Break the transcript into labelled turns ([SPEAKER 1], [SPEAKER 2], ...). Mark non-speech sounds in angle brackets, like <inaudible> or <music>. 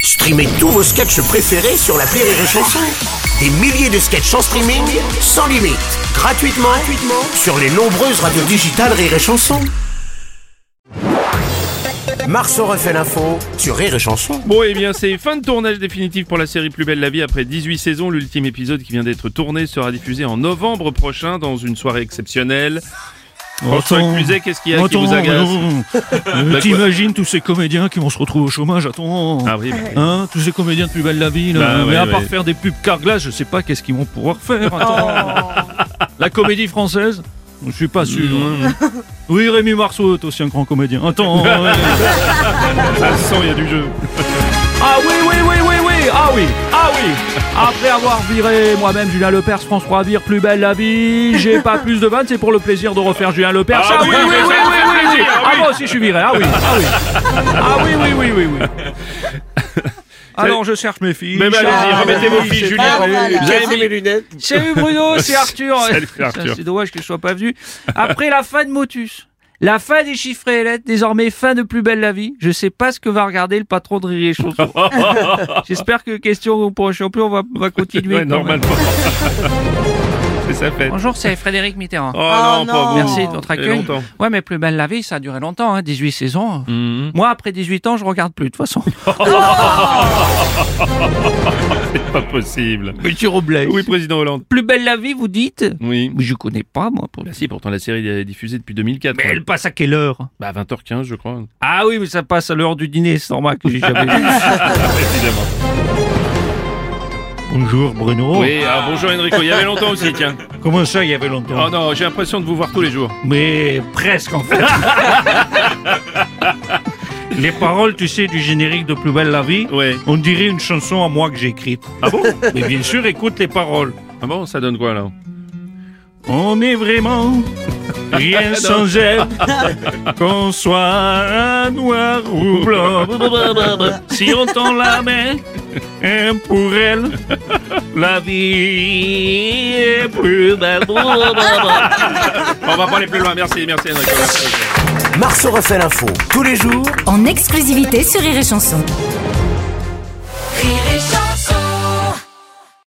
[SPEAKER 1] Streamez tous vos sketchs préférés sur la Rire et Chanson. Des milliers de sketchs en streaming, sans limite, gratuitement, gratuitement sur les nombreuses radios digitales Rire et Chanson. Marceau refait l'info sur Rire et Chanson.
[SPEAKER 2] Bon, et bien, c'est fin de tournage définitif pour la série Plus belle la vie après 18 saisons. L'ultime épisode qui vient d'être tourné sera diffusé en novembre prochain dans une soirée exceptionnelle. François
[SPEAKER 3] Attends.
[SPEAKER 2] Cluzet, qu'est-ce qu'il y a qui
[SPEAKER 3] Attends,
[SPEAKER 2] vous agace Bah,
[SPEAKER 3] non.
[SPEAKER 2] <laughs>
[SPEAKER 3] Euh,
[SPEAKER 2] quoi
[SPEAKER 3] T'imagines tous ces comédiens qui vont se retrouver au chômage, attends.
[SPEAKER 2] Ah oui, bah,
[SPEAKER 3] Hein, tous ces comédiens de plus belle la ville.
[SPEAKER 2] Bah,
[SPEAKER 3] euh, mais
[SPEAKER 2] ouais,
[SPEAKER 3] à part
[SPEAKER 2] ouais.
[SPEAKER 3] faire des pubs carglass, je sais pas qu'est-ce qu'ils vont pouvoir faire. attends. La comédie française Je suis pas sûr.
[SPEAKER 2] Mm.
[SPEAKER 3] hein. Oui, Rémi Marceau est aussi un grand comédien.
[SPEAKER 2] <laughs>
[SPEAKER 3] Attends. ouais.
[SPEAKER 2] ça sent, il y a du jeu.
[SPEAKER 3] Ah oui, oui, oui, oui, oui, ah oui, ah oui. Après avoir viré moi-même Julien Lepers, François Vire, plus belle la vie, j'ai pas plus de vannes, c'est pour le plaisir de refaire Julien Lepers.
[SPEAKER 2] Ah oui, mais ça nous fait plaisir, ah
[SPEAKER 3] Ah,
[SPEAKER 2] oui.
[SPEAKER 3] moi aussi je suis viré, ah oui, ah oui. Ah oui, oui, oui, oui,
[SPEAKER 2] <laughs>
[SPEAKER 3] oui. Alors je cherche mes filles.
[SPEAKER 2] Mais bah, allez-y,
[SPEAKER 3] Ah,
[SPEAKER 2] remettez vos
[SPEAKER 3] oui,
[SPEAKER 2] filles,
[SPEAKER 3] c'est
[SPEAKER 2] Julien.
[SPEAKER 3] pas vrai.
[SPEAKER 2] Vous avez mis les
[SPEAKER 1] lunettes
[SPEAKER 3] Salut
[SPEAKER 2] <laughs>
[SPEAKER 3] Bruno, c'est Arthur.
[SPEAKER 2] Salut, Arthur.
[SPEAKER 3] Ça, C'est dommage que je sois pas venu. Après la fin de Motus, la fin des chiffres et lettres, désormais fin de Plus belle la vie, je sais pas ce que va regarder le patron de Rire et Chanson.
[SPEAKER 2] <laughs>
[SPEAKER 3] J'espère que question pour un champion, on va, on va continuer.
[SPEAKER 2] Ouais,
[SPEAKER 3] quand même.
[SPEAKER 2] <laughs> normalement. c'est sa fête.
[SPEAKER 3] Bonjour, c'est Frédéric Mitterrand.
[SPEAKER 2] Oh, non, pas vous.
[SPEAKER 3] Merci de votre
[SPEAKER 2] Ça fait
[SPEAKER 3] accueil.
[SPEAKER 2] longtemps.
[SPEAKER 3] Ouais, mais Plus belle la vie, ça a duré longtemps, hein, 18 saisons.
[SPEAKER 2] Mhm.
[SPEAKER 3] Moi, après 18 ans, je regarde plus, de toute façon.
[SPEAKER 2] C'est pas possible.
[SPEAKER 3] Monsieur Robles.
[SPEAKER 2] <laughs> Oui, président Hollande.
[SPEAKER 3] Plus belle la vie, vous dites
[SPEAKER 2] Oui.
[SPEAKER 3] Je connais pas, moi. Pour...
[SPEAKER 2] Bah si, pourtant la série est diffusée depuis 2004.
[SPEAKER 3] Mais elle passe à quelle heure
[SPEAKER 2] Bah 20h15, je crois.
[SPEAKER 3] Ah oui, mais ça passe à l'heure du dîner, c'est normal que j'ai jamais vu.
[SPEAKER 2] Évidemment.
[SPEAKER 3] Bonjour Bruno.
[SPEAKER 2] Oui, ah, bonjour Enrico, il y avait longtemps aussi, tiens.
[SPEAKER 3] Comment ça, il y avait
[SPEAKER 2] Oh
[SPEAKER 3] longtemps
[SPEAKER 2] non, j'ai l'impression de vous voir tous les jours.
[SPEAKER 3] Mais presque en fait. Les paroles, tu sais, du générique de Plus belle la vie,
[SPEAKER 2] Ouais.
[SPEAKER 3] on dirait une chanson à moi que j'ai écrite.
[SPEAKER 2] Ah bon
[SPEAKER 3] Mais bien sûr, écoute les paroles.
[SPEAKER 2] Ah bon, ça donne quoi là
[SPEAKER 3] On est vraiment rien sans elle, qu'on soit noir ou blanc. Si on tend la main, un pour elle, la vie est plus belle.
[SPEAKER 2] On va pas aller plus loin, merci, merci Enrico. merci.
[SPEAKER 1] Marceau refait l'info tous les jours
[SPEAKER 4] en exclusivité sur Rire et Chanson.
[SPEAKER 5] Rire et chanson.